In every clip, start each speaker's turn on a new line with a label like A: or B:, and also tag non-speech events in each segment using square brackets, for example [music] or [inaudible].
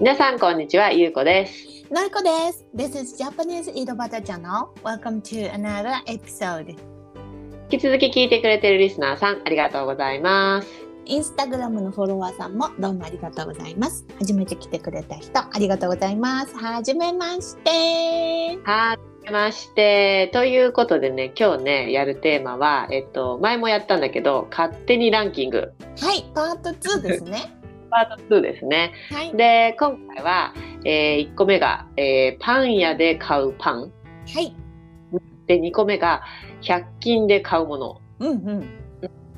A: 皆さんこんにちはゆうこです。
B: Noriko です。This is Japanese Idobata Channel. Welcome to another episode.
A: 引き続き聞いてくれてるリスナーさんありがとうございます。
B: インスタグラムのフォロワーさんもどうもありがとうございます。初めて来てくれた人、ありがとうございます。はじめまして。
A: はじめましてということでね今日ねやるテーマは、えっと、前もやったんだけど勝手にランキング
B: はい、パート2ですね。
A: パート2ですね。
B: はい、は
A: で今回は、え1個目が、えーパン屋で買うパン
B: い。
A: で2個目が100均で買うもの
B: うんうん。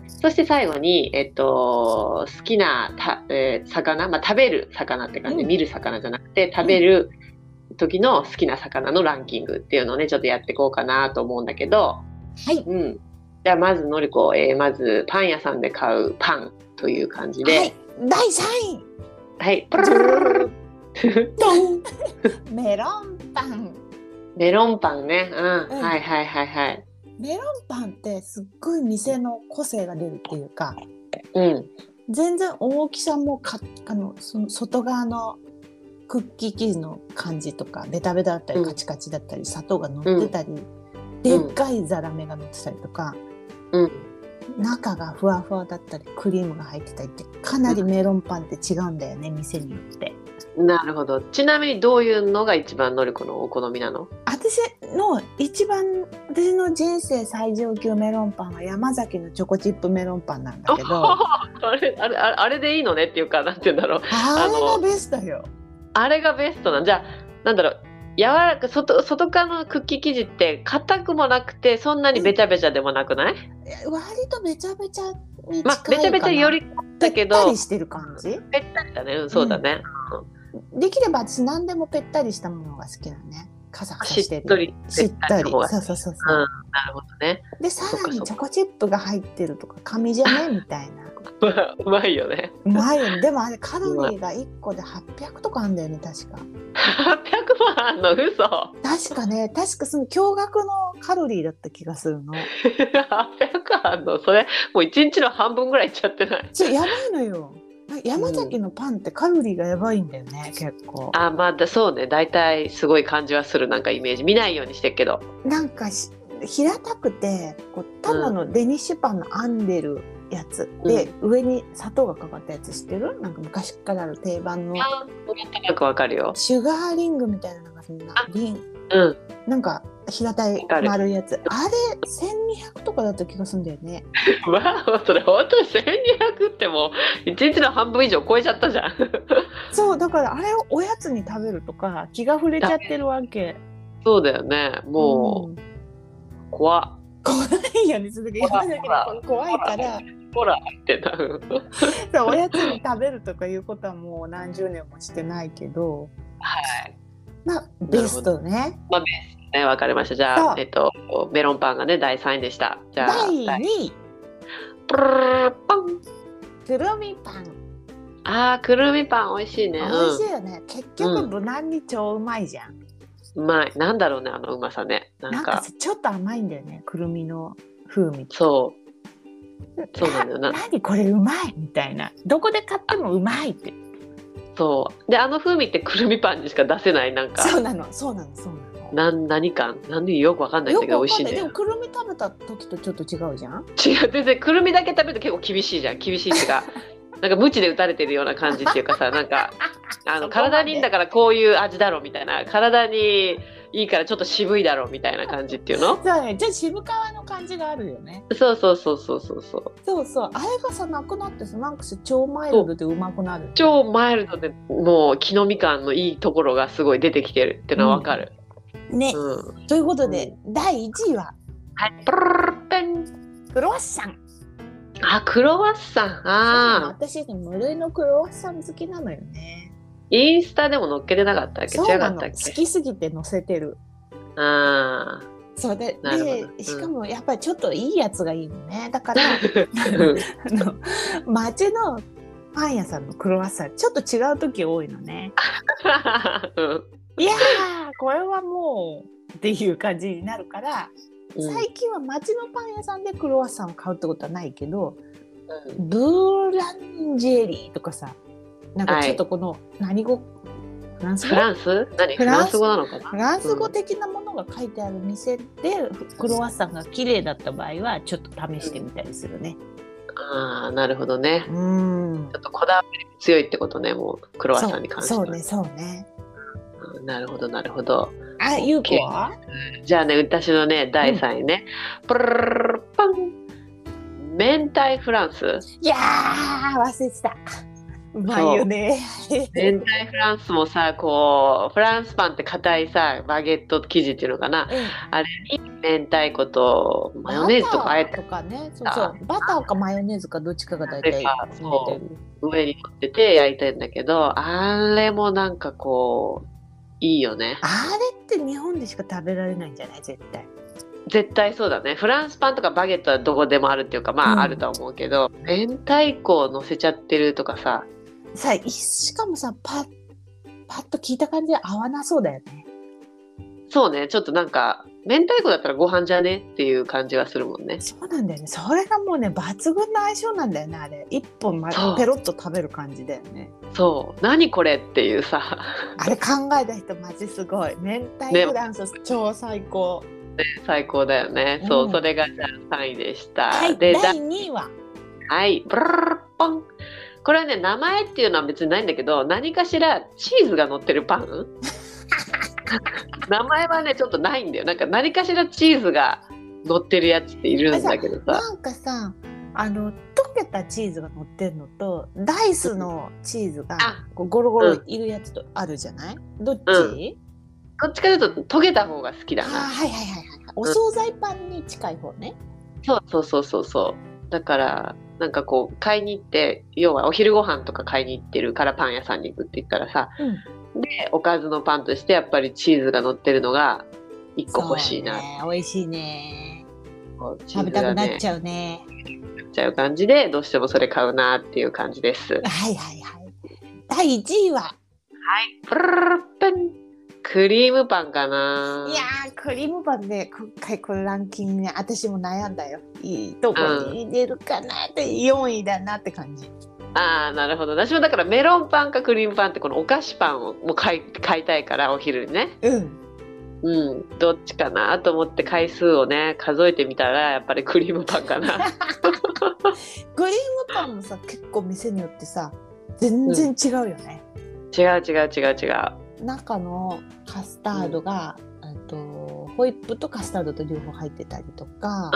A: そして最後に、えっと、好きなた、えー魚、まあ、食べる魚って感じで、
B: うん
A: 見る魚じゃなくて食べる時の好きな魚のランキングっていうのをねちょっとやっていこうかなと思うんだけど、
B: はい。
A: うん、じゃあまずのりこ、えーまずパン屋さんで買うパンという感じで、
B: は
A: はいい、
B: 第3位。
A: ポロロロロロロ
B: ドンメロンパン。
A: メロンパンね、うん
B: うん
A: はいはいはいはい、
B: メロンパンってすっごい店の個性が出るっていうか、
A: うん、
B: 全然大きさもかあのその外側のクッキー生地の感じとかベタベタだった
A: う
B: り
A: ん
B: カチカチだったり、砂糖が乗ってたり、でっかいザラメが乗ってたりとか、
A: うん、
B: 中がふわふわだったりクリームが入ってたりってかなりメロンパンって違うんだよね店によって。
A: なるほどちなみにどういうのが一番のりこのお好みなの
B: 私の一番私の人生最上級メロンパンは山崎のチョコチップメロンパンなん
A: [laughs]
B: だけどあ
A: あれあれあれあれでいいのねっていうかなんて言うんだろう
B: れがベストよ。
A: あれがベストなんじゃあなんだろう柔らか外外側のクッキー生地って硬くもなくてそんなにベチャベチャでもなくない、
B: 割とべちゃべちゃに近いかな
A: まあ、ベチャベチャよりだけど
B: ぺったりしてる感じ
A: べったりだね、うん、そうだね、
B: できれば私何でもぺったりしたものが好きなのねカサカサ
A: し
B: して
A: っ
B: る
A: とり
B: しっとり
A: の方が
B: そうそうそう
A: う
B: そ
A: ん
B: う、
A: なるほどね [laughs]
B: でさら
A: そっ
B: に
A: か
B: チョコチップが入ってるとか紙じゃねみたいな
A: うまいよね
B: うまいよねでもあれカロリーが1個で800とかあんだよね確か
A: 800万あんの嘘800
B: 確かね確かその驚愕のカロリーだった気がするの
A: あんのそれもう一日の半分ぐらいいっちゃってない
B: ちょやばいのよ山崎のパンってカロリーがやばいんだよね結構
A: あまあだそうね大体すごい感じはするなんかイメージ見ないようにしてるけど
B: なんかし平たくてこうただのデニッシュパンの編んでるやつ、で上に砂糖がかかったやつ知ってるなんか昔からある定番の
A: あーよくわかるよ
B: シュガーリングみたいなのがそんな
A: あ
B: リン
A: うん
B: なんか平たい
A: わかる
B: 丸いやつあれ1200とかだった気がするんだよね
A: わあそれ本当に1200ってもう1日の半分以上超えちゃったじゃん
B: そうだからあれをおやつに食べるとか気が触れちゃってるわけ
A: そうだよねも
B: うん
A: う怖っ
B: 怖いよね続き
A: ほら
B: 山崎の子怖いから
A: ほらってなる
B: そうおやつに食べるとかいうことはもう何十年もしてないけど
A: はい
B: まあ、ベストね。
A: ねわかりましたじゃ
B: そ
A: あ
B: う
A: えっとメロンパンがね第3位でしたじゃあ
B: 第2位、
A: プルルルルパン
B: くるみパン。
A: あーくるみパン美味しいね
B: 美
A: う
B: 味しいよね。結局、無難に超うまいじゃん。
A: んうまいなんだろうねあのうまさねな
B: なん
A: ん
B: か
A: か
B: さちょっと甘いんだよね。くるみの風味。
A: そう [laughs] そうなんだよな
B: な [laughs] 何これうまいみたいな。どこで買ってもうまいって。
A: そうであの風味ってくるみパンにしか出せないなんか
B: そうなの、そうなの、そうなの。
A: なん何感何よくわかんないん
B: よ
A: だ
B: く
A: けど美
B: わ
A: 味
B: か
A: しいん
B: んない。
A: だ
B: で
A: よ
B: も、くるみ食べた時とちょっと違うじゃん。
A: 違う全然くるみだけ食べると結構厳しいじゃん厳しいっていうかなんか無知で打たれてるような感じっていうかさなんかあ
B: そこ
A: の
B: まで
A: 体にいいんだからこういう味だろうみたいな体にいいからちょっと渋いだろうみたいな感じっていうの
B: そうね。じゃあ、渋皮の感じがあるよね。
A: そうそうそうそうそうそう
B: そうそう。あれがさ、なくなってさ、なんかさ、超マイルドでうまくなる。
A: 超マイルドでもう木のみ感のいいところがすごい出てきてるっていうのはわかる、
B: ね
A: う。ん
B: ということで、第1位は、
A: はいプルルルルペン
B: クロワッサン。
A: あクロワッサンあー
B: 私無類のクロワッサン好きなのよね。
A: インスタでも載っけてなかったっけ
B: そう
A: 違か
B: な
A: っ
B: の。
A: たっ
B: 好
A: け
B: きすぎて載せてる。
A: あ
B: そうで
A: なるほどうん
B: でしかもやっぱりちょっといいやつがいいのね。だから
A: [laughs] ーうん
B: あの街のパン屋さんのクロワッサンちょっと違う時多いのね。
A: うん
B: いやーこれはもうっていう感じになるから、
A: うん
B: 最近は街のパン屋さんでクロワッサンを買うってことはないけど、
A: うん
B: ブーランジェリーとかさなんかちょっとこの何語フランス
A: フ
B: 語
A: ランス何
B: フ
A: フラ
B: ランス
A: ンス語なのかな
B: フランス語的なものが書いてある店でクロワッサンが綺麗だった場合はちょっと試してみたりするね。
A: ああなるほどね
B: うん
A: ちょっとこだわり強いってことねもうクロワッサンに関して
B: そう
A: は
B: そうねそうね。
A: うんなるほどなるほど
B: あゆうこは
A: じゃあね私のね第3位ね、プルルルルルパン明太フランス
B: いやー忘れてた。うまいよね。
A: 明太フランスもさこうフランスパンって硬いさバゲット生地っていうのかな明太子とマヨネーズとかあえ
B: バタ
A: て
B: ーとかねそうそうバターかマヨネーズかどっちかが大
A: あ
B: 体
A: れかそう
B: 入ってる
A: 上に乗ってて焼いてんだけどあれもなんかこういいよね
B: あれって日本でしか食べられないんじゃない絶対。
A: 絶対そうだねフランスパンとかバゲットはどこでもあるっていうか
B: う
A: ま
B: ん
A: ああるとは思うけど、明太子を乗せちゃってるとかさ
B: さいしかもさパッパッと聞いた感じで合わなそうだよね。
A: そうねちょっとなんか明太子だったらご飯じゃねっていう感じがするもんね
B: そうなんだよね。それがもうね抜群の相性なんだよねあれ。一本ま
A: そう
B: ペロッと食べる感じだよね。
A: そう何これっていうさ
B: あれ考えた人マジすごい。明太
A: ね
B: フランス、超最高。
A: 最高だよねそう、
B: うん
A: それがじゃあ3位でした、
B: はい
A: でだ
B: 第二位は。
A: はいブルルルルポンこれはね名前っていうのは別にないんだけど何かしらチーズが乗ってるパン名前はねちょっとないんだよなんか何かしらチーズが乗ってるやつっているんだけどさ
B: なんかさあの溶けたチーズが乗ってるのとダイスのチーズが
A: あ
B: こうゴロゴロ
A: う
B: いるやつとあるじゃない、どっち、
A: うんどっちかというと、溶けた方が好き
B: あー
A: だな。
B: はいはいはいはいはいお惣菜パンに近い方ね、
A: そうそうそうそうそう。だから、なんかこう、買いに行って、要はお昼ご飯とか買いに行ってるからパン屋さんに行くって言ったらさ、
B: うん
A: で、おかずのパンとしてやっぱりチーズが乗ってるのが一個欲しいな。
B: そうね美味しいね
A: こうチーズ
B: 食べた
A: が
B: くなっ
A: ね、
B: ちゃうね
A: なっちゃう感じで、どうしてもそれ買うなっていう感じです。
B: はいはいはい第1位は、
A: プルルルペンクリームパンかない
B: やークリームパンで今回このランキングね私も悩んだよいいとこに入れるかなって4位だなって感じ
A: ああ、なるほど。私もだからメロンパンかクリームパンってこのお菓子パンをもう買い買いたいから、お昼にね。
B: うん
A: うん、どっちかなと思って回数をね数えてみたらやっぱりクリームパンかな
B: クリームパンもさ結構店によってさ全然違うよね、
A: 違う違う違う違う
B: 中のカスタードが、えっとホイップとカスタードと両方入ってたりとか、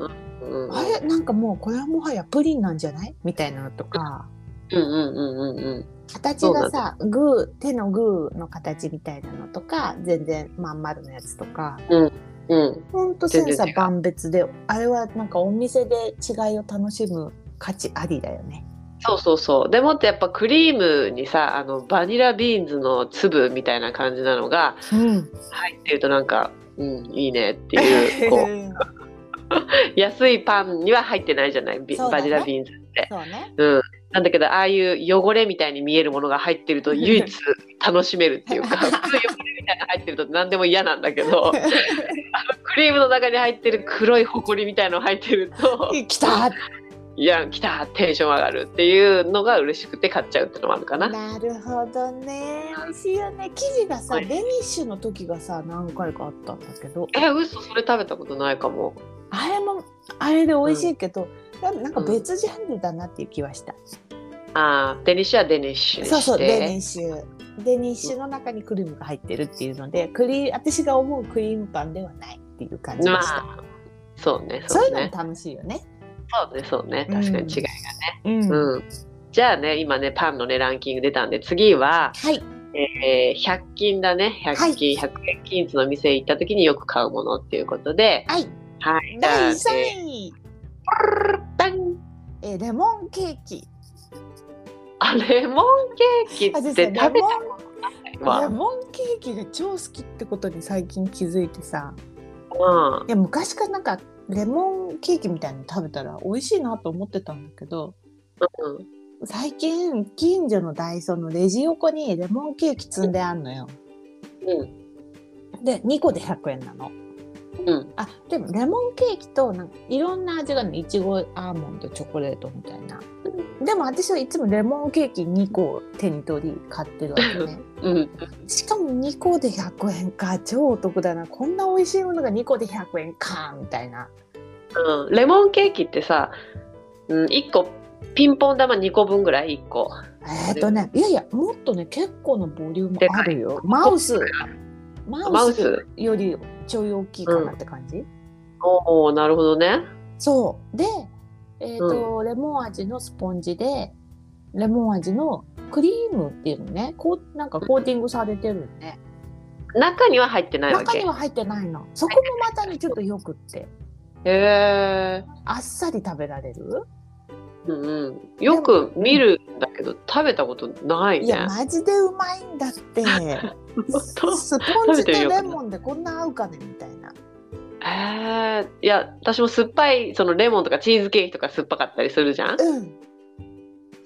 A: うんうんうんうん
B: あれなんかもうこれはもはやプリンなんじゃないみたいなのとか
A: うんうんうんうん
B: 形がさグー手のグーの形みたいなのとか全然まん丸のやつとか
A: うんうん
B: ほんと千
A: 全
B: 差
A: 然違う
B: 万別であれはなんかお店で違いを楽しむ価値ありだよね。
A: そうそうそうでもってやっぱクリームにさあのバニラビーンズの粒みたいな感じなのが
B: うん、
A: 入ってるとなんかうんいいねって
B: [laughs]
A: いうこう安いパンには入ってないじゃない、ビ
B: そう
A: バ
B: だね
A: ニラビーンズって
B: そうね
A: うんなんだけどああいう汚れみたいに見えるものが入ってると唯
B: [laughs]
A: 一楽しめるっていうか普通汚れみたいなの入ってると何でも嫌なんだけ
B: [laughs]
A: どあのクリームの中に入ってる黒いほこりみたいの入ってる
B: [laughs]
A: と
B: 来た
A: いや来たテンション上がるっていうのが嬉しくて買っちゃうってのもあるかな。
B: なるほどね美味しいよね生地がさ
A: は
B: デ
A: い
B: ニッシュの時がさ何回かあったんだけど
A: え嘘それ食べたことないかも。
B: あれもあれで美味しいけど、ななんか別ジャンルだなっていう気はした、
A: あーデニッシュはデニッシュにして
B: そうそうデニッシュデニッシュの中にクリームが入ってるっていうのでクリー私が思うクリームパンではないっていう感じ
A: ま
B: でした、
A: あそうね
B: そう
A: そ
B: いううのも
A: ね
B: 楽しいよね
A: そうねそうね確かに違いが。
B: うん、
A: うんじゃあね今ねパンのねランキング出たんで次は
B: はい
A: えー100均だね100均、100円均一の店行った時によく買うものっていうことで
B: はい
A: はいじゃあ
B: 第
A: え
B: 3
A: ー
B: 位、
A: ダン
B: えーレモンケーキ
A: あレモンケーキ
B: あ
A: っ
B: 先
A: て
B: 生
A: 食べ
B: レ
A: たこ
B: モン
A: とない
B: レ
A: わ、
B: モンケーキが超好きってことに最近気づいてさ
A: うん
B: いや昔からなんかレモンケーキみたいなの食べたら美味しいなと思ってたんだけど
A: うん、
B: 最近近所のダイソーのレジ横にレモンケーキ積んであんのよ
A: うん
B: で2個で100円なの
A: うん
B: あでもレモンケーキとなんかいろんな味があるのいちごアーモンドチョコレートみたいなでも私はいつもレモンケーキ2個を手に取り買ってるわけね
A: うん
B: しかも2個で100円か超お得だなこんな美味しいものが2個で100円かみたいな
A: うん、レモンケーキってさ、うん、1個ピンポン玉2個分ぐらい1個
B: えっ、とねいやいやもっとね結構なボリュームあるよマウスマ
A: マ
B: ウ
A: ウ
B: ス
A: ス
B: よりちょい大きいかなって感じ、
A: おおなるほどね
B: そうで、えっとレモン味のスポンジでレモン味のクリームっていうのねこうなんかコーティングされてるのね
A: 中には入ってないわ
B: 中
A: け
B: に
A: へ
B: は入ってないのそこもまたねちょっとよくって
A: え
B: あっさり食べられる
A: うんうん、よく見るんだけど食べたことない
B: い
A: ね
B: やマジでうまいんだって
A: [laughs] 本当
B: スポンジ
A: 食べて
B: と
A: みようか
B: レ
A: な
B: モンでこんな合うかねみたいな
A: えー、いや私も酸っぱいそのレモンとかチーズケーキとか酸っぱかったりするじゃん
B: うん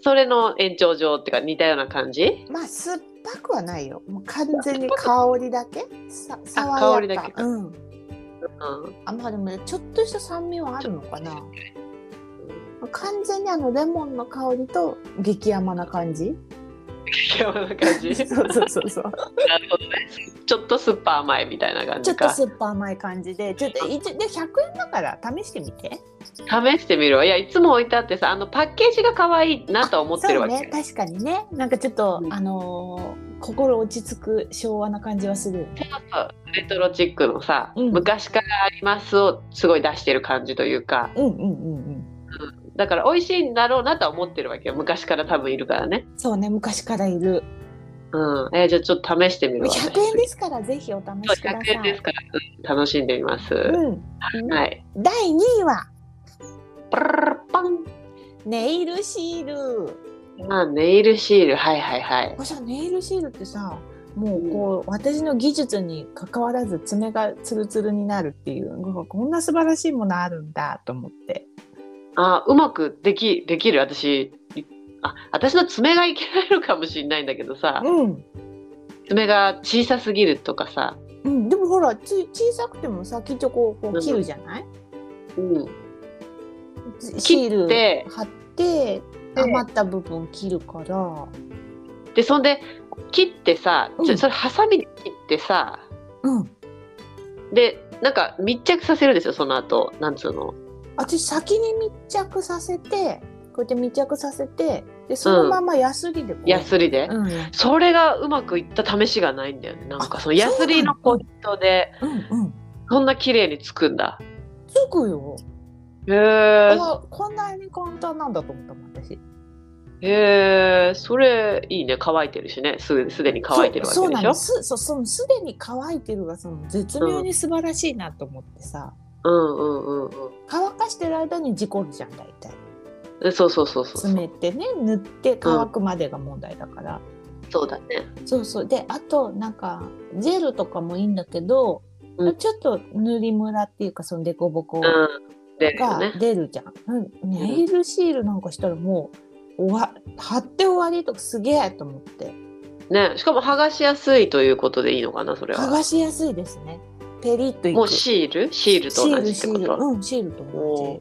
A: それの延長上っていうか似たような感じ
B: まあ酸っぱくはないよもう完全に香りだけさ爽やか
A: 香りだけか
B: うん
A: うん [laughs]
B: あまあでもねちょっとした酸味はあるのかな完全にあのレモンの香りと激甘な感じ
A: 激甘な感じ
B: そうそうそうそう
A: なるほどねちょっと酸っぱ甘いみたいな感
B: ち
A: じ
B: ょっと
A: か
B: 酸っぱ甘い感じでちょっと一で100円だから試してみて
A: 試してみるわいやいつも置いてあってさあのパッケージが可愛いなとは思ってるわけ
B: そうね確かにねなんかちょっと、
A: うん
B: あのー心落ち着く昭和な感じはするよね
A: レトロチックのさ、
B: うん
A: 昔からありますをすごい出してる感じというか
B: うんうんうんうん
A: だから美味しいんだろうなとは思ってるわけよ昔から多分いるからね
B: そうね昔からいる
A: うんえーじゃあちょっと試してみるわね
B: 100円ですからぜひお試しくださ
A: 100円です
B: い
A: から、うん楽しんでみます、
B: うん、
A: はい
B: 第2位は
A: パラパン
B: ネイルシール
A: あネイルシールはいはいはい
B: これさネイルシールってさもうこう、私の技術に関わらず爪がツルツルになるっていううわこんな素晴らしいものあるんだと思って
A: あうまくできできる私いあ私の爪がいけないのかもしれないんだけどさ
B: うん、
A: 爪が小さすぎるとかさ、
B: うん、でもほらち小さくても先っちょこうこう切るじゃない、
A: うん、
B: シー
A: 切
B: ル
A: って
B: 貼って
A: で
B: 余った部分切るから
A: でそんで切ってさ、ち
B: う
A: ょ
B: ん
A: それハサミで切ってさ
B: うん
A: でなんか密着させるんですよその後なんつうの
B: 私先に密着させてこうやって密着させてでそのままヤスリでこう、
A: ヤスリで、
B: うん、うん
A: それがうまくいった試しがないんだよねなんか
B: あ
A: そのヤスリの
B: そ
A: ポ
B: うなん
A: イントで
B: うん、
A: そんな綺麗につくんだ
B: つくよ
A: へえ
B: あこんなに簡単なんだと思ったもん私
A: へえそれいいね乾いてるしねすすでに乾いてるわけ
B: そうそう
A: で
B: な
A: しょ
B: のすそうそのすでに乾いてるがその絶妙に素晴らしいなと思ってさ、
A: うんうんうんうん
B: 乾かしてる間に事故るじゃん大体
A: えそうそうそうそうそう
B: 爪ってね塗って乾くまでが問題だから、
A: そうだね
B: そうそうであとなんかジェルとかもいいんだけど、
A: うん
B: ちょっと塗りムラっていうかその凸
A: う
B: 凹
A: んで
B: が
A: ね
B: 出るじゃん、うんネイルシールなんかしたらもう終わ貼って終わりとかすげえと思って
A: ねしかも剥がしやすいということでいいのかなそれ
B: 剥
A: は
B: がしやすいですねペリッといく
A: もうシールシールと同じって
B: シー
A: こ
B: ルシ
A: と
B: ール、うん、シールと同じ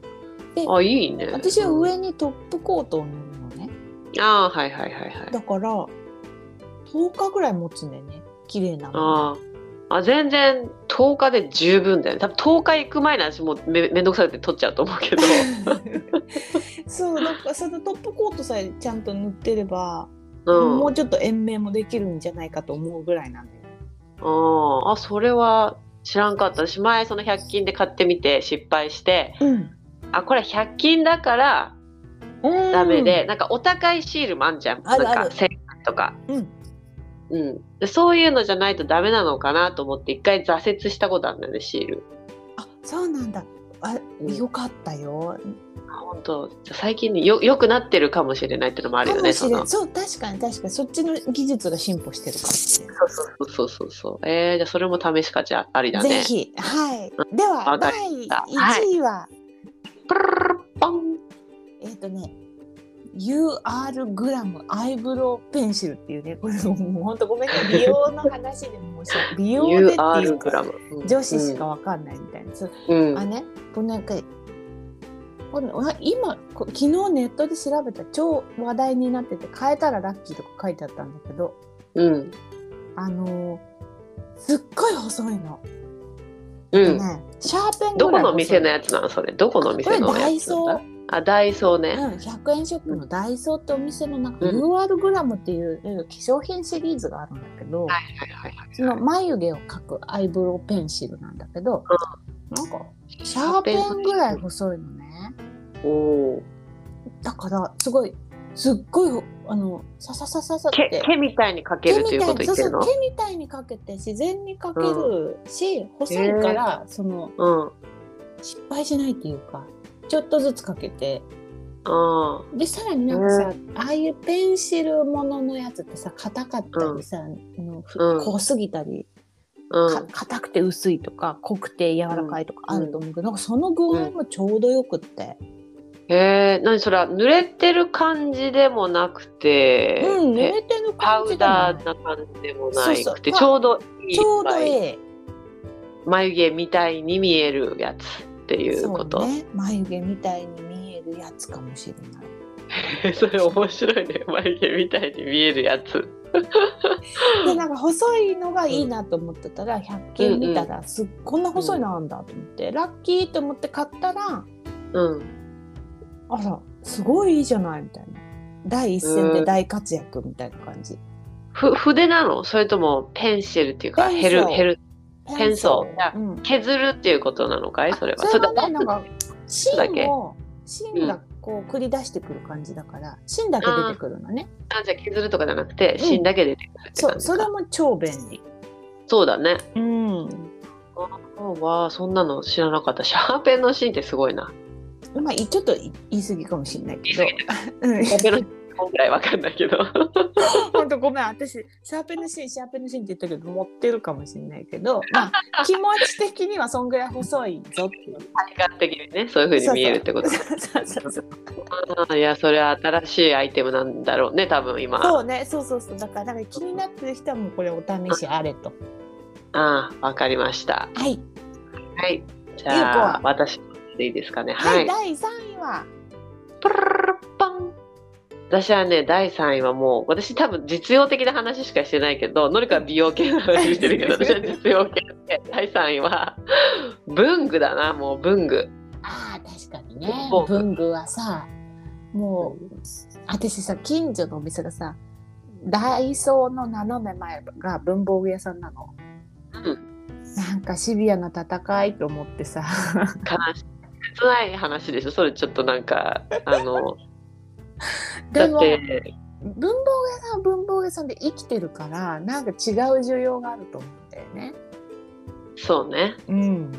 A: あいいね
B: で私は上にトップコートを塗るのね
A: うんああはいはいはいはい
B: だから10日ぐらい持つんだよね綺麗なの
A: あああ全然10日で十分だよね多分10日行く前の私もうめめんどくさくて取っちゃうと思う
B: [laughs]
A: けど
B: そうだからそのトップコートさえちゃんと塗ってれば、
A: うん
B: もうちょっと延命もできるんじゃないかと思うぐらいなんだよ
A: ああそれは知らんかった私前その100均で買ってみて失敗して
B: うん
A: あこれ100均だからダメで、なんかお高いシールもあんじゃん
B: あるある
A: なんか1000円とか、
B: うん
A: うん、でそういうのじゃないとダメなのかなと思って一回挫折したことあるんだよねシール
B: あそうなんだあ
A: うん
B: よかったよ
A: あ本当じゃあ最近によ良くなってるかもしれないってのもあるよね
B: かもし
A: そ
B: れ
A: の
B: んそう確かに確かにそっちの技術が進歩してるかもしれない
A: そうそうそうそうえー、じゃあそれも試しかじゃあありだ
B: ぜ
A: ね
B: ひ、はい。では、
A: わか
B: 第
A: りました
B: 1位は、
A: プルルルポン
B: えっ、とね、UR グラムアイブロウペンシルっていうね、これもう本当ごめんね、美容の話でもうそう
A: [laughs]
B: 美容でっていう
A: UR グ
B: か
A: ラム。うん
B: 女子しかわかんないみたいな、そう
A: うん
B: あねこれなんかこれわ今こ昨日ネットで調べた超話題になってて変えたらラッキーとか書いてあったんだけど
A: うん。
B: あのーすっごい細いの、
A: う
B: で
A: ん。
B: ねシャーペン
A: どこの店の
B: ね
A: やつなのそれ。どこの店のやつ
B: これダイソー
A: あ、ダイソー
B: う
A: ね。
B: ん、100円ショップのダイソーってお店の中、
A: うん
B: UR グラムっていう化粧品シリーズがあるんだけ
A: は
B: ど、
A: いはいはいはい。
B: その眉毛を描くアイブロウペンシルなんだけど、なんかシャーペンぐらい細いのね。
A: おおー。
B: だからすごいすっごいあのさささささっ
A: 毛
B: て
A: 毛みたいにかけるということ
B: に
A: 言
B: そう
A: って
B: そ
A: るの
B: う毛みたいにかけて自然にかけるし、細いからその
A: うん。
B: 失敗しないっていうかちょっとずつかけて
A: あ
B: でさらになんかさ、ああいうペンシルもののやつってさ硬かったりさ、あのふ
A: うん
B: 濃すぎたり
A: あ。う
B: か
A: ん。
B: 硬、くて薄いとか濃くて柔らかいとかあると思うけど、なんかその具合もちょうどよくって、
A: へえ、何それは濡れてる感じでもなくて、
B: うん、濡
A: え
B: れてる
A: パ
B: 感
A: ウ
B: じだ
A: ダ
B: ね
A: ーな感じでもない
B: そう
A: く
B: そ
A: て、
B: う
A: ちょうどいい。
B: ちょうど
A: い。
B: いい。
A: 眉毛みたいに見えるやつっていうこと。
B: そ
A: そう
B: ね、眉毛みたいに見えるやつかもしれない
A: [laughs] れ面白いね。眉毛みたいに見えるやつ。 [laughs]
B: でなんか細いのがいいなと思ってたら100均見たらすっこんな細いのあんだと思って、ラッキーと思って買ったら
A: うん。
B: あらすごいいいじゃないみたいな第一線で大活躍みたいな感じ、
A: ふ筆なのそれともペンシルっていうか、
B: ペン
A: ヘ
B: シル
A: ル、ヘル、ペンソー
B: ペンソーうん
A: 削るっていうことなのかいそれは。
B: あそれは
A: だ
B: ねなんか
A: ちょっとだけ
B: 芯を芯がこう繰り出してくる感じだから芯だけ出てくるのね
A: あじゃあ削るとかじゃなくて、
B: ん
A: 芯だけ出てくるって
B: そ
A: 感
B: う
A: じ
B: そ
A: か
B: れも超便利
A: そうだね。
B: うん
A: そうわーそんなの知らなかった。シャーペンの芯ってすごいな。
B: まあいちょっと言い過ぎかもしれないけど
A: 言い
B: [laughs] うん
A: シャーペンの芯ぐらいわかんないけ
B: [laughs]
A: ど。
B: 本当ごめん私シャーペンの芯シャーペンの芯って言ったけど持ってるかもしれない
A: [laughs]
B: けど、まあ、気持ち的にはそんぐらい細いぞっていう
A: 体感的にね、そういう風に見えるってこと。
B: そうそうそうそう
A: あーいや、それは新しいアイテムなんだろうね、多分今。
B: そうねそうそうそうだからなんか気になってる人はもうこれお試しあれと
A: ああ、わかりました。
B: [laughs] はい、
A: はい。じ
B: ゆうこ
A: ゃ
B: は
A: あ、私でいいですかね。
B: は、
A: はいい。
B: 第3位は
A: プルルルパン私はね、第3位はもう、私多分実用的な話しかしてないけど、のりかは美容系の話してるけど、私は実用系で、第3位は、文具だな、もう文具。
B: あー確かにね
A: 文具
B: 文具はさもう私さ近所のお店がさダイソーの斜め前が文房具屋さんなの、
A: うん
B: なんかシビアな戦いと思っ
A: [laughs]
B: てさ
A: 悲しい。切ない話でしょ、それちょっとなんか、あの、だ
B: で
A: っ
B: も
A: て、
B: 文房具屋さんは文房具屋さんで生きてるからなんか違う需要があると思うんだよね。
A: そうね。
B: うん、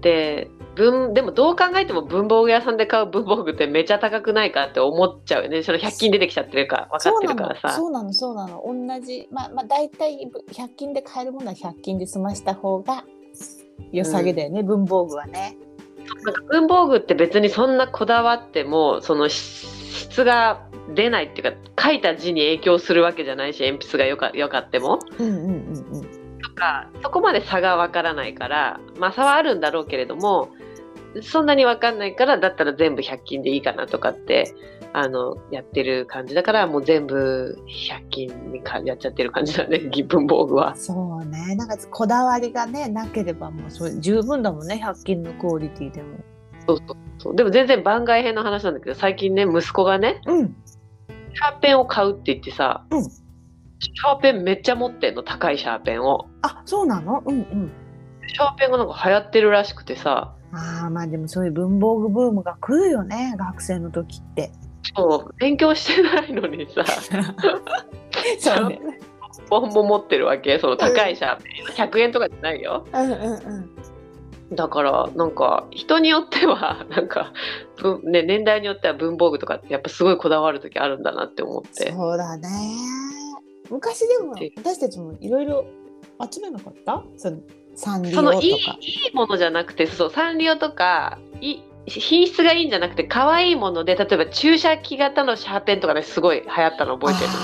A: で文でもどう考えても文房具屋さんで買う文房具ってめちゃ高くないかって思っちゃうよねその100均出てきちゃってるから分か
B: そ
A: っ
B: う
A: て
B: な
A: るか
B: の
A: らさ
B: そうなのそうなの同じまあまあ大体100均で買えるものは100均で済ました方が良さげだよね、文房具はね。
A: なんか文房具って別にそんなこだわってもそのし質が出ないっていうか書いた字に影響するわけじゃないし鉛筆がよかよかっても
B: うんうんうんうん、
A: とかそこまで差が分からないからまあ差はあるんだろうけれどもそんなに分かんないからだったら全部100均でいいかなとかってあのやってる感じだからもう全部100均にかやっちゃってる感じだね文房具は。
B: そうねなんかこだわりがねなければもうそれ十分だもんね100均のクオリティでも。
A: そうそうそうでも全然番外編の話なんだけど最近ね息子がね
B: うん、
A: シャーペンを買うって言ってさ、
B: うん
A: シャーペンめっちゃ持ってんの高いシャーペンを。
B: あそうなのうんうん。
A: シャーペンがなんか流行ってるらしくてさ
B: ああまあでもそういう文房具ブームが来るよね学生の時って。 [laughs]
A: そう勉強してないのにさ。 [laughs]
B: そうね。
A: 本も持ってるわけその高いシャーペン100円とかじゃないよ
B: うんうんうん。
A: だからなんか人によっては [laughs] なんか、ぶんね、年代によっては文房具とかってやっぱすごいこだわる時あるんだなって思って
B: そうだね。昔でも私たちもいろいろ集めなかった？そのサンリオ
A: そ
B: と
A: の
B: か。
A: いいいいものじゃなくてそうサンリオとかい品質がいいんじゃなくて可愛いもので例えば注射器型のシャーペンとかねすごい流行ったの覚えてるね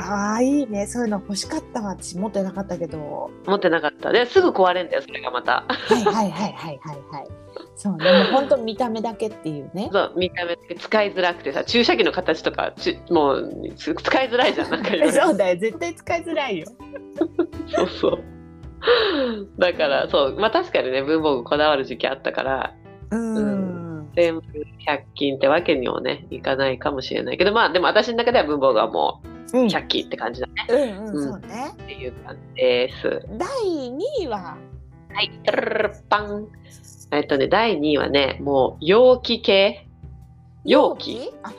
B: あーあーいいねそういうの欲しかったわ私持ってなかったけど
A: 持ってなかったですぐ壊れんだよそれがまた [laughs]
B: はいはいはいはいはいはいそうねもう本当見た目だけっていう
A: [laughs]
B: ね
A: そう見た目だけ使いづらくてさ注射器の形とかちもうつ使いづらいじゃんなんかいろいろ
B: [laughs] そうだよ絶対使いづらいよ
A: そうそうだからそうまあ確かにね文房具こだわる時期あったから
B: うん
A: 全部100均ってわけにもねいかないかもしれないけどまあでも私の中では文房具はも
B: うんう
A: うん100均って感じだね
B: うんそうね
A: っていう感じです
B: 第2位は
A: はいトゥルルルパンえっとね第2位はねもう容器系容器
B: あは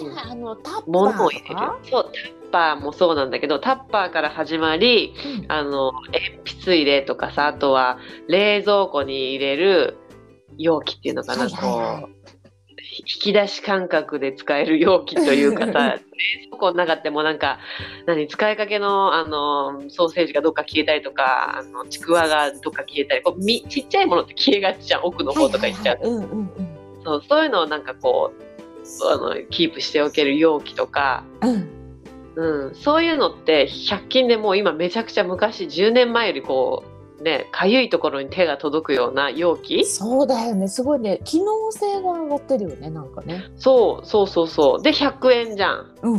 B: いはいはい、あのタッパ
A: 物を
B: ー
A: 入れ
B: と
A: る
B: か
A: そうタッパーもそうなんだけどタッパーから始まり
B: うん
A: あの鉛筆入れとかさあとは冷蔵庫に入れる容器っていうのかな、
B: はいはいはい
A: こう引き出し感覚で使える容器という
B: [laughs]
A: かさ冷蔵庫の中ってもうなんか何使いかけのあのソーセージがどっか消えたりとかあのちくわがどっか消えたりこうみちっちゃいものって消えがちじゃん奥の方とか行っちゃう、
B: はいはいはい、うんうんうん
A: そうそういうのをなんかこうあのキープしておける容器とか。
B: うん
A: うん、そういうのって100均でもう今めちゃくちゃ昔10年前よりこうねかゆいところに手が届くような容器
B: そうだよねすごいね機能性が上がってるよねなんかね
A: そうそうそうそうで100円じゃん
B: うん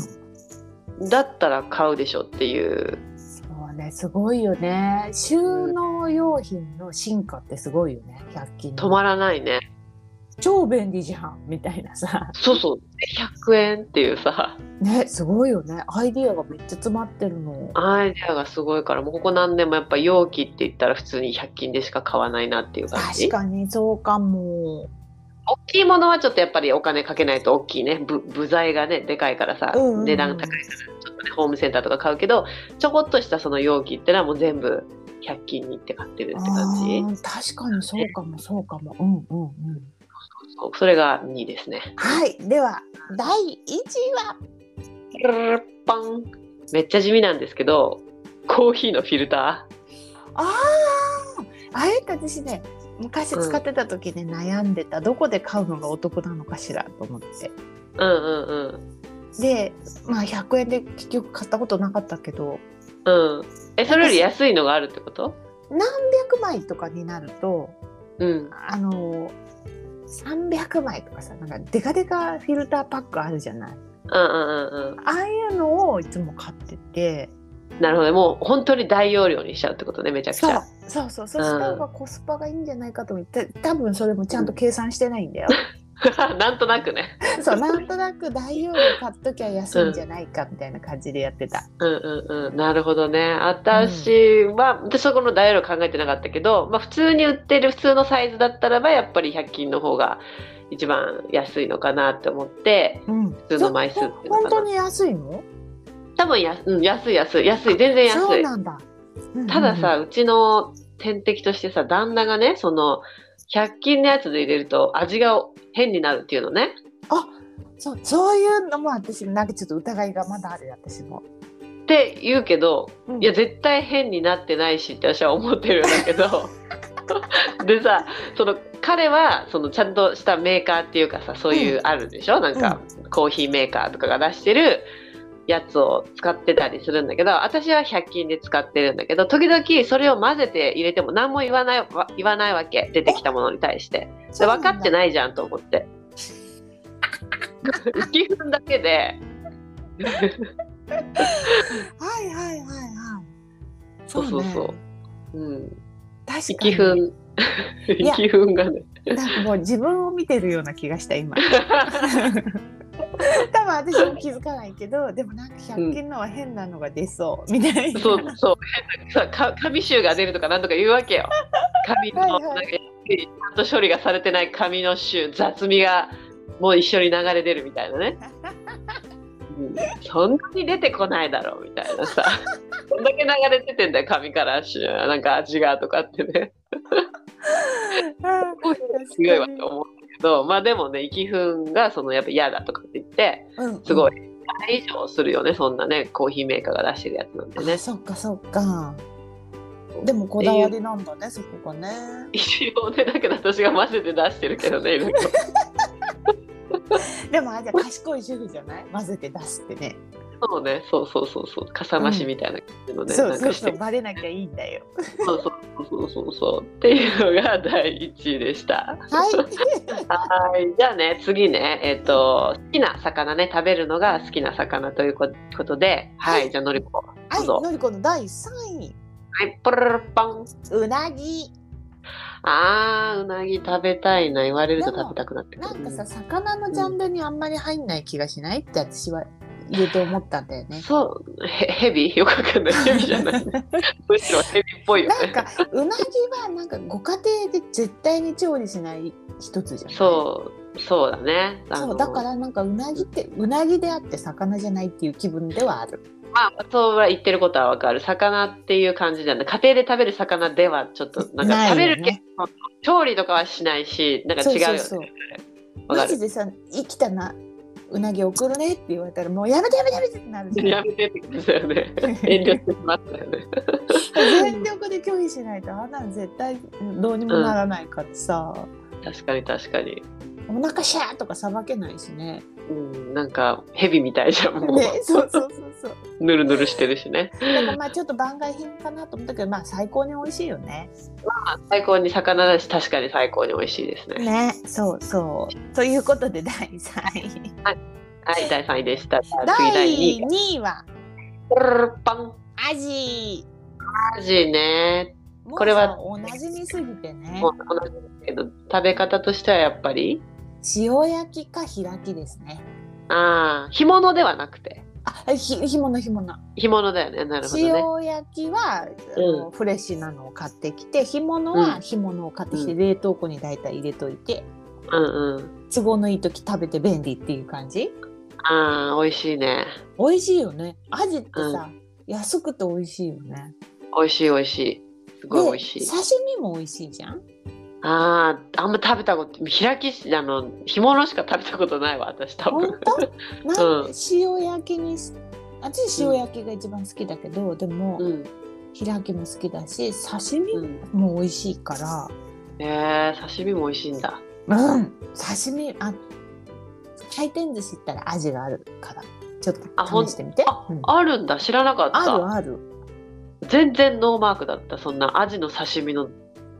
A: だったら買うでしょっていう
B: そうねすごいよね収納用品の進化ってすごいよね100均
A: 止
B: の
A: まらないね
B: 超便利じゃんみたい
A: [laughs]
B: なさ
A: そうそうで100円っていうさ
B: ねすごいよねアイディアがめっちゃ詰まってるの
A: アイデアがすごいからもうここ何年もやっぱ容器って言ったら普通に100均でしか買わないなっていう感
B: 確
A: じ
B: かにそうかも
A: 大きいものはちょっとやっぱりお金かけないと大きいねぶ部材がねでかいからさ、
B: うんうんうん
A: 値段高いからちょっとねホームセンターとか買うけどちょこっとしたその容器ってのはもう全部100均に行って買ってるって感
B: あ
A: じ
B: ー確かにそうかもそうかもうんうんうん
A: そうそれが2位ですね
B: はい、では第1位は
A: ルルルパンめっちゃ地味なんですけどコーヒーのフィルタ
B: あああれって私ね昔使ってた時で悩んでた、どこで買うのがお得なのかしらと思って
A: ーうんうん
B: でまあ100円で結局買ったことなかったけど
A: うんうんえそれより安いのがあるってこと
B: 何百枚とかになると
A: うん
B: あの300枚とかさなんかデカデカフィルターパックあるじゃない
A: うんうんうんうん
B: ああいうのをいつも買ってて
A: なるほどもう本当に大容量にしちゃうってことねめちゃくち
B: そう
A: ゃ
B: そうそうそうした方がコスパがいいんじゃないかと思って多分それもちゃんと計算してないんだよ
A: [laughs] なんとなくね
B: そうなんとなく大容量買っときゃ安いんじゃないかみたいな感じでやってた。
A: うんうんうん、なるほどね私は、私そこの大容量考えてなかったけど、まあ、普通に売ってる普通のサイズだったらばやっぱり100均の方が一番安いのかなって思って
B: うん、
A: 通の枚数っていうのかな
B: 本当に安いの？
A: 多分や、うん、安い安い安い全然
B: そ
A: 安
B: う
A: い
B: なんだ。
A: たださ、うちの天敵としてさ旦那がねその100均のやつで入れると味が変になるっていうのね
B: うんうん、そうそういうのも私なんかちょっと疑いがまだある私も。
A: って言うけど
B: うん
A: いや絶対変になってないしって私は思ってるんだけ [laughs] どでさその彼はそのちゃんとしたメーカーっていうかさそういううあるでしょ、なんかコーヒーメーカーとかが出してるやつを使ってたりするんだけど私は100均で使ってるんだけど時々それを混ぜて入れても何も言わないわ言わないわけ出てきたものに対してで分かって
B: い。
A: ないじゃんと思って [laughs] 1分だけで
B: はいはいはいはい。
A: そうそうそう
B: ね。
A: うん
B: 確か
A: 息
B: に。
A: 分
B: いや
A: 息分がね
B: なんかもう自分を見てるような気がした今。
A: [laughs]
B: 多分私も気づかないけどでもなんか100均のは変なのが出そうみたいな。
A: そうそうさか紙臭が出るとかなんとか言うわけ
B: [laughs]
A: よ紙の
B: はいはい
A: なんかちゃんと処理がされてない紙の臭雑味がもう一緒に流れ出るみたいな
B: [laughs]
A: ね、うんそんなに出てこないだろうみたいな
B: [laughs]
A: さそんだけ流れ出てんだよ紙から臭なんか味がとかってね
B: [laughs] あー確かに
A: すごいわって思うんだけどまあでもね息分がそのやっぱ嫌だとかって言って
B: うんうん
A: すごい倍以上するよねそんなねコーヒーメーカーが出してるやつなんでね
B: あそっかそっか。でもこだわりなんだね、そこがね。
A: 一応ねだけど私が混ぜて出してるけどねいろいろ
B: でもあじゃあ賢い主婦じゃない混ぜて出すってね。
A: そうね、そうそうそうそう、かさ増しみたいな感じのね、
B: そ
A: な
B: うんそ
A: か
B: う
A: し
B: そ
A: て
B: うバレなきゃいいんだよ。
A: そうそうそうそうそうっていうのが第一位でした。
B: はい。
A: はい、じゃあね、次ね、えっ、と、好きな魚ね、食べるのが好きな魚ということで、はい、
B: はい
A: じゃあのりこ、は
B: [laughs] は
A: どう
B: い、
A: ぞ
B: のりこの第三位
A: い、ポロロロパン。
B: うなぎ。
A: あー、うなぎ食べたいな、言われると食べたくなってくる。
B: なんかさ、魚のジャンルにあんまり入んない気がしないって私は言うと思ったんだよ
A: うん
B: ね。
A: そう、へヘビよくわかんない。ヘビじゃ
B: [laughs]
A: ない。むしろヘビっぽいよ
B: なん
A: ね。
B: かうなぎはなんかご家庭で絶対に調理しない一つじゃない。
A: そう、そうだね。あ
B: そ
A: の
B: うだからなんかうなぎってうなぎであって魚じゃないっていう気分ではある。
A: まあ、そうは言ってることはわかる。魚っていう感じじゃない。家庭で食べる魚ではちょっと、なんか
B: ないよ
A: 食べ
B: ね
A: るけど、調理とかはしないし、なんか違うよね。
B: そうそうそう
A: わか
B: マ
A: る
B: ジ。でさ生きたなうなぎ送るねって言われたらもうやめてやめてやめてっ
A: [laughs]
B: てなるじゃ
A: や
B: ん。
A: めてって感じだよね。遠慮してしまったよね。
B: 全力で拒否しないとあんなの絶対どうにもならないからさ、
A: 確かに確かに。
B: お腹シャーとかさばけないしね。
A: うん、なんか、蛇みたいじゃん、もう。 [laughs]
B: ね、そうそうそうそう。
A: ぬるぬるしてるしね。
B: だからまあちょっと番外品かなと思ったけどまあ最高に美味しいよ
A: [laughs]
B: ね。
A: 最高に魚だし、確かに最高に美味しいですね。
B: ねそうそう。ということで第3位。
A: はい、第3位でした。じゃあ次、第2
B: 第
A: 位。
B: 2位は
A: ポロロロパン。
B: アジ。
A: アジね。
B: もう
A: これは
B: さおなじみすぎてね
A: もう同じですけど、食べ方としてはやっぱり、
B: 塩焼きか開きですね
A: ああ、干物ではなくて。
B: あひ干物干物
A: 干物だよね。なるほどね。
B: 塩焼きは、あのフレッシュなのを買ってきて干物
A: う
B: は
A: ん
B: 干物を買ってきて、
A: う
B: 冷凍庫に大体入れといて
A: うんうん。
B: 都合のいい時食べて便利っていう感じ
A: ああ、美味しいね。
B: 美味しいよねアジってさ、安くて美味しいよね
A: 美味しい美味しい。すごい美味し
B: で
A: い。
B: 刺身も美味しいじゃん
A: ああ、あんま食べたこと、開きし、あの、干物しか食べたことないわ、私多分
B: 本。当なん
A: うん
B: で塩焼きにし私塩焼きが一番好きだけど、でも、
A: うん。
B: 開きも好きだし刺身
A: うん。
B: も美味しいから、
A: えー、刺身も美味しいんだ。
B: うん、刺身あ回転寿司行ったら味があるからちょっ
A: あほ
B: と
A: ん
B: 試してみて
A: あ
B: うん
A: あるんだ、知らなかっ
B: ある
A: た。
B: ある
A: 全然ノーマークだった。そんなアジの刺身の、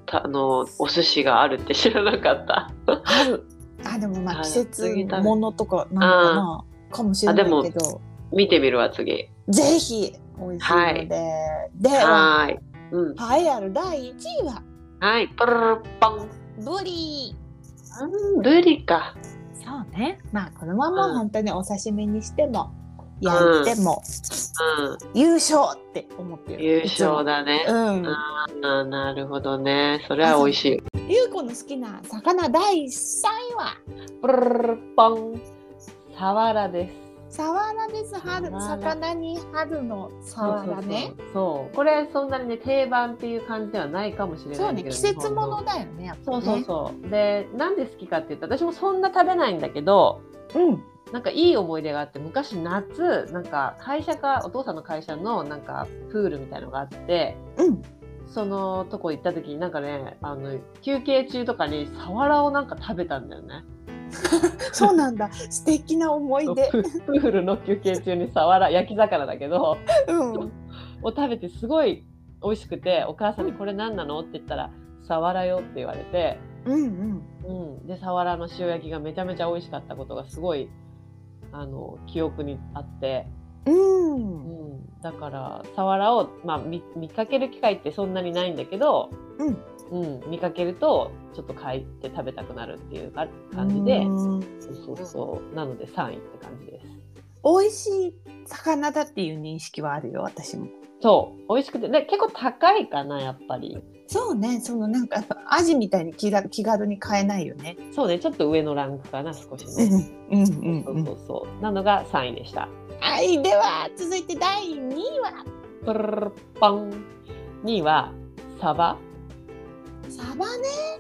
A: たあの、お寿司があるって知らなかった。
B: あ
A: [laughs]
B: るあでもま
A: あ
B: あ季節
A: 次食べ
B: ものとかなのかなかもしれないけど
A: 見てみるわ、次。
B: ぜひ美味しいので、では
A: はーい。うん。
B: 栄えある第1位は
A: はい、ポロロパン。
B: ブリ
A: うん、ブリか。
B: そうねまあこのまま本当にお刺身にしても焼いても、
A: うん、
B: 優勝って思ってる
A: 優勝だね
B: いつ。もうん
A: あーなるほどね。それは美味しい。
B: ゆうこの好きな魚第3位は
A: プルルルポン。サワラです。
B: サワラです春
A: サワラ
B: 魚に春のサワラね。
A: そう。これそんなにね定番っていう感じではないかもしれない
B: そうね
A: けど
B: 季節もの
A: 日
B: だよねやっぱ
A: 本の
B: ね
A: そうそうそう。で、なんで好きかって言ったら私もそんな食べないんだけど、
B: うん
A: なんかいい思い出があって昔夏なんか会社かお父さんの会社のなんかプールみたいのがあって。
B: うん
A: そのとこ行った時になんかねあの休憩中とかにサワラをなんか食べたんだよね
B: そうなんだ素敵な思い出
A: プールの休憩中にサワラ焼き魚だけど
B: うん
A: を食べてすごい美味しくてお母さんに「これ何なの?」って言ったら「サワラよ」って言われて、
B: うん
A: うん、でサワラの塩焼きがめちゃめちゃ美味しかったことがすごいあの記憶にあって、
B: うん
A: う
B: うん
A: ん、だからサワラを、まあ、見見かける機会ってそんなにないんだけど、
B: うん
A: うん、見かけるとちょっと買いって食べたくなるっていうか感じで。
B: うん
A: そうそうそうなので3位って感じです。
B: 美味しい魚だっていう認識はあるよ私も
A: そう美味しくてで結構高いかなやっぱり
B: そうねそのなんかやっぱアジみたいに気が気軽に買えないよね
A: そうねちょっと上のランクかな少し
B: う
A: ね。
B: んうんうん
A: そううんそうそう。なのが3位でした。
B: はいでは続いて第2位は
A: プルルルパン。2位はサバ。
B: サバね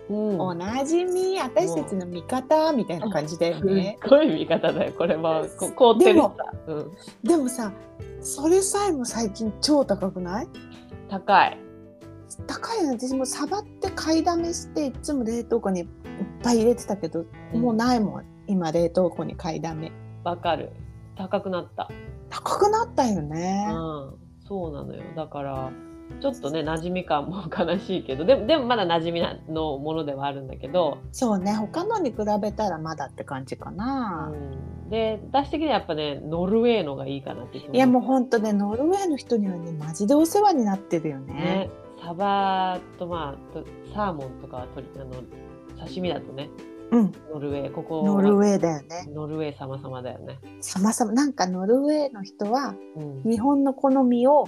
A: うん。
B: おなじみ私たちの味方みたいな感じだよ
A: すっ
B: ね。
A: ごい見方だよ。これもこ凍ってるさ。うん。
B: でもさそれさえも最近超高くない
A: 高い。
B: 高いよね私もサバって買いだめしていつも冷凍庫にいっぱい入れてたけど、
A: うん
B: もうないもん今冷凍庫に買いだめ
A: わかる高くなった、
B: 高くなったよね
A: うん、そうなのよだからちょっとね馴染み感も悲しいけどでもでもまだ馴染みなのものではあるんだけど、
B: そうね他のに比べたらまだって感じかな、
A: うんで私的にはやっぱねノルウェーのがいいかなって
B: いやもう
A: う
B: ほんとねノルウェーの人にはねマジでお世話になってるよね
A: ねサバとまあとサーモンとかはとりあの刺身だとね
B: うん
A: ノルウェーここは
B: ノルウェーだよね
A: ノルウェー様様だよね、
B: さまさまなんかノルウェーの人は
A: うん、
B: 日本の好みを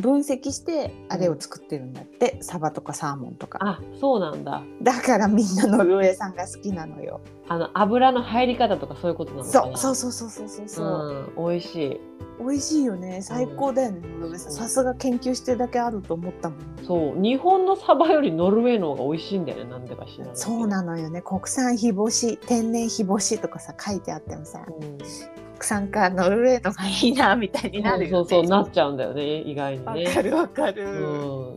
B: 分析してあれを作ってるんだって、サバとかサーモンとか
A: あそうなんだ
B: だからみんなノルウェーさんが好きなのよ
A: あの油の入り方とかそういうことなのか
B: そ
A: な
B: うそうそうそうそうそうそう、
A: うん、美味しい
B: 美味しいよね最高だよね、ノルウェーさん
A: そう
B: さすが研究してるだけあると思ったもん
A: そう日本のサバよりノルウェーの方が美味しいんだよねなんでか知らない
B: そうなのよね国産日干し天然日干しとかさ書いてあってもさ
A: の、うん
B: 国産かノルウェーのがいいなみたいになるよね
A: そうそうそうなっちゃうんだよね意外に
B: わ
A: ね
B: かるわかる、
A: う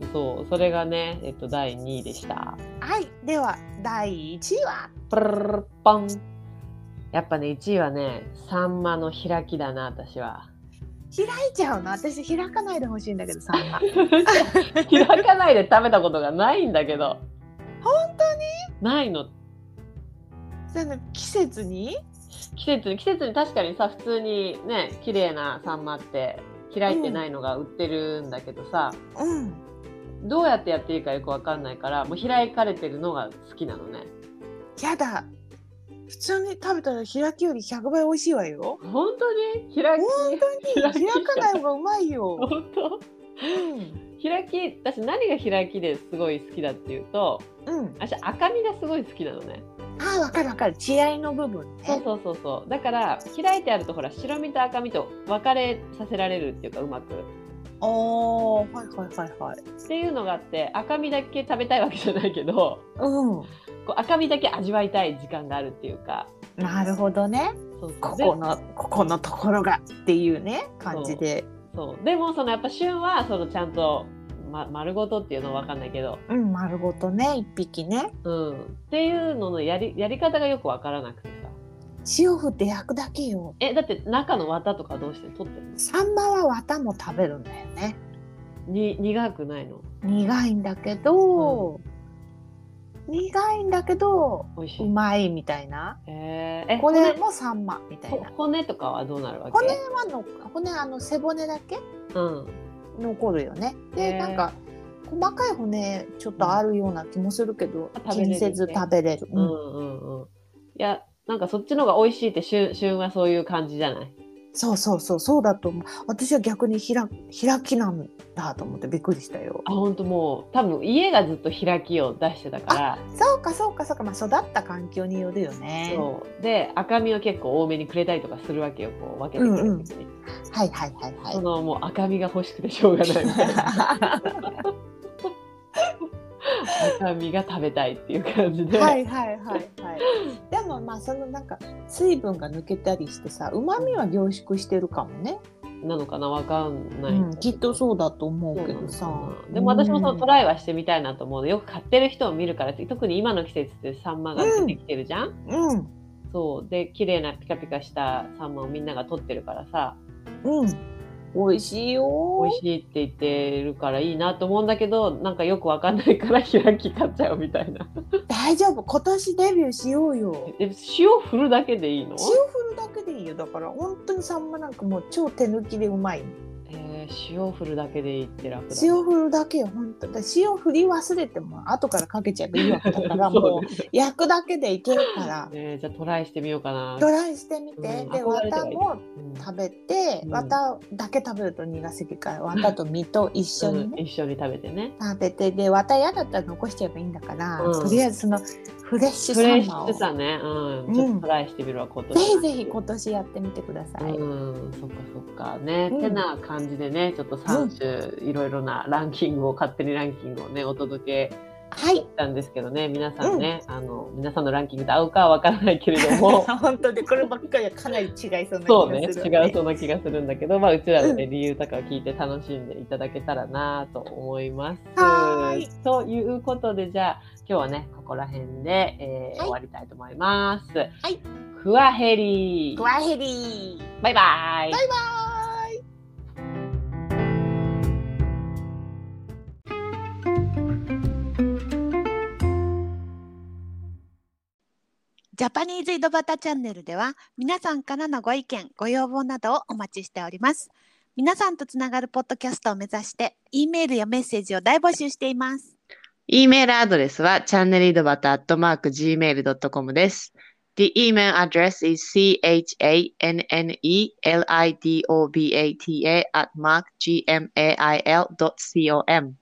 A: んそうそれがねえっと第2位でした
B: はいでは第1位は
A: プルルルポンやっぱね1位はねサンマの開きだな私は
B: 開いちゃうの私開かないでほしいんだけどさ
A: 開かないで食べたことがないんだけど
B: 本当に
A: ないの
B: その季節に
A: 季節に季節に確かにさ普通にね綺麗なサンマって開いてないのが売ってるんだけどさ、
B: うん
A: どうやってやっていいかよくわかんないからもう開かれてるのが好きなのね
B: やだ普通に食べたら開きより100倍美味しいわよ
A: 本当に開き
B: 本
A: 開
B: 当
A: き
B: に開かない方がうまいよ、
A: 本当
B: [laughs] うん
A: 開き私何が開きですごい好きだっていうと
B: うん、
A: 私赤身がすごい好きなのね
B: ああわかるわかる血合いの部分
A: そう
B: ね
A: そうそうそうだから開いてあるとほら白身と赤身と分かれさせられるっていうかうまく
B: おーはいはいはいはい
A: っていうのがあって赤身だけ食べたいわけじゃないけど
B: う
A: こう赤身だけ味わいたい時間があるっていうか
B: んなるほどね
A: そうそう
B: こ
A: で
B: このここのところがっていうね感じで
A: そうでもそのやっぱ旬はそのちゃんと、ま、丸ごとっていうのは分かんないけど、
B: うん丸ごとね一匹ね
A: うん、っていうののやりやり方がよく分からなくてさ
B: 塩振って焼くだけよ
A: えだって中の綿とかどうして取ってるの
B: サンマは綿も食べるんだよね
A: に苦くないの
B: 苦いんだけど、苦いんだけど
A: 美味し
B: う
A: い、
B: まいみたいな
A: えーえ
B: これ
A: 骨
B: もサンマみたい
A: ほ
B: な
A: 骨とかはどうなるわけ
B: 骨はの骨あの背骨だけ
A: うん
B: 残るよね
A: へー
B: でなんか細かい骨ちょっとあるような気もするけど、
A: あ食
B: 気
A: べれる
B: にせず食べれる、
A: う
B: うん
A: んうんうんいやなんかそっちの方が美味しいって旬旬はそういう感じじゃない
B: そうそうそうそうだと思う私は逆にひら開きなんだと思ってびっくりしたよ
A: あ本当もう多分家がずっと開きを出してたから
B: そうかそうかそうか、まあ、育った環境によるよね
A: そうで赤身を結構多めにくれたりとかするわけよこう分けてくれる時に、
B: はいはいはいはい
A: そのもう赤身が欲しくてしょうがないみたい
B: [laughs]
A: な赤身が食べたいっていう感じで、
B: はいはいはいはい。でもまあそのなんか水分が抜けたりしてさ、旨味は凝縮してるかもね。
A: なのかなわかんない、
B: うん、きっとそうだと思
A: そうう
B: け
A: なのか
B: どさ
A: な。でも私もそのト
B: イ。
A: ライはしてみたいなと思うのよく買ってる人を見るから特に今の季節ってサンマが出てきてるじゃん、
B: うん
A: そうで綺麗なピカピカしたサンマをみんなが取ってるからさ
B: うん。美味しいよ。
A: 美味しいって言ってるからいいなと思うんだけどなんかよくわかんないから開き買っちゃうみたいな
B: 大丈夫、今年デビューしようよ。
A: え塩振るだけでいいの
B: 塩振るだけでいいよ。だから本当にサンマなんかもう超手抜きでうまい。
A: えー塩振るだけでいいって楽だね
B: 塩振るだけよ、本当。だから塩振り忘れても後からかけちゃえばいいわけだから、もう
A: [laughs] そうね
B: 焼くだけでいけるから。
A: えーじゃあトライしてみようかな
B: トライしてみて、
A: うん
B: で
A: 憧れて
B: 綿
A: はいる
B: も
A: うん
B: 食べて、
A: うん
B: 綿だけ食べると苦すぎから綿と身と一緒に
A: うん
B: ね、
A: 一緒に食べてね
B: 食べてで綿嫌だったら残しちゃえばいいんだから、
A: うん
B: とりあえずそのフレッシュ
A: フ
B: サ
A: レッ
B: ン
A: シ
B: マを
A: ュ
B: ぜ
A: さね、う、
B: うんん
A: ちょっとトライしてみるわ今年
B: ひぜひ今年やってみてください、
A: うん、そっかそっかね、
B: うん
A: てな感じでねちょっと3種いろいろなランキングを勝手にランキングをねお届け
B: はい。
A: なんですけどね、皆さんね、あの皆さんのランキングと合うかはわからないけれども、
B: 本当でこればっかりはかなり違い [laughs] そうな気がする、
A: そうね、違うそうな気がするんだけど、まあうちらのね、理由とかを聞いて楽しんでいただけたらなと思います。
B: はーい
A: ということでじゃあ今日はねここら辺で、えー
B: はい。
A: 終わりたいと思います。はいクワヘリ。
B: クワヘリー。
A: バイバイ。
B: バイバイ。
C: ジャパニーズ井戸端チャンネルでは皆さんからのご意見ご要望などをお待ちしております皆さんとつながるポッドキャストを目指して E メールやメッセージを大募集しています
D: E メールアドレスは channelidobata.gmail.com です。The email address is chanelidobata at mark gmail.com。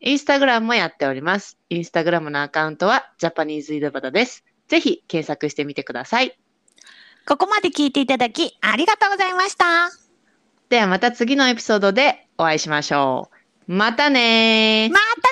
D: インスタグラムもやっております。インスタグラムのアカウントは Japanese 井戸端です。ぜひ検索してみてください。
C: ここまで聞いていただきありがとうございました
D: ではまた次のエピソードでお会いしましょう。またねー。
C: また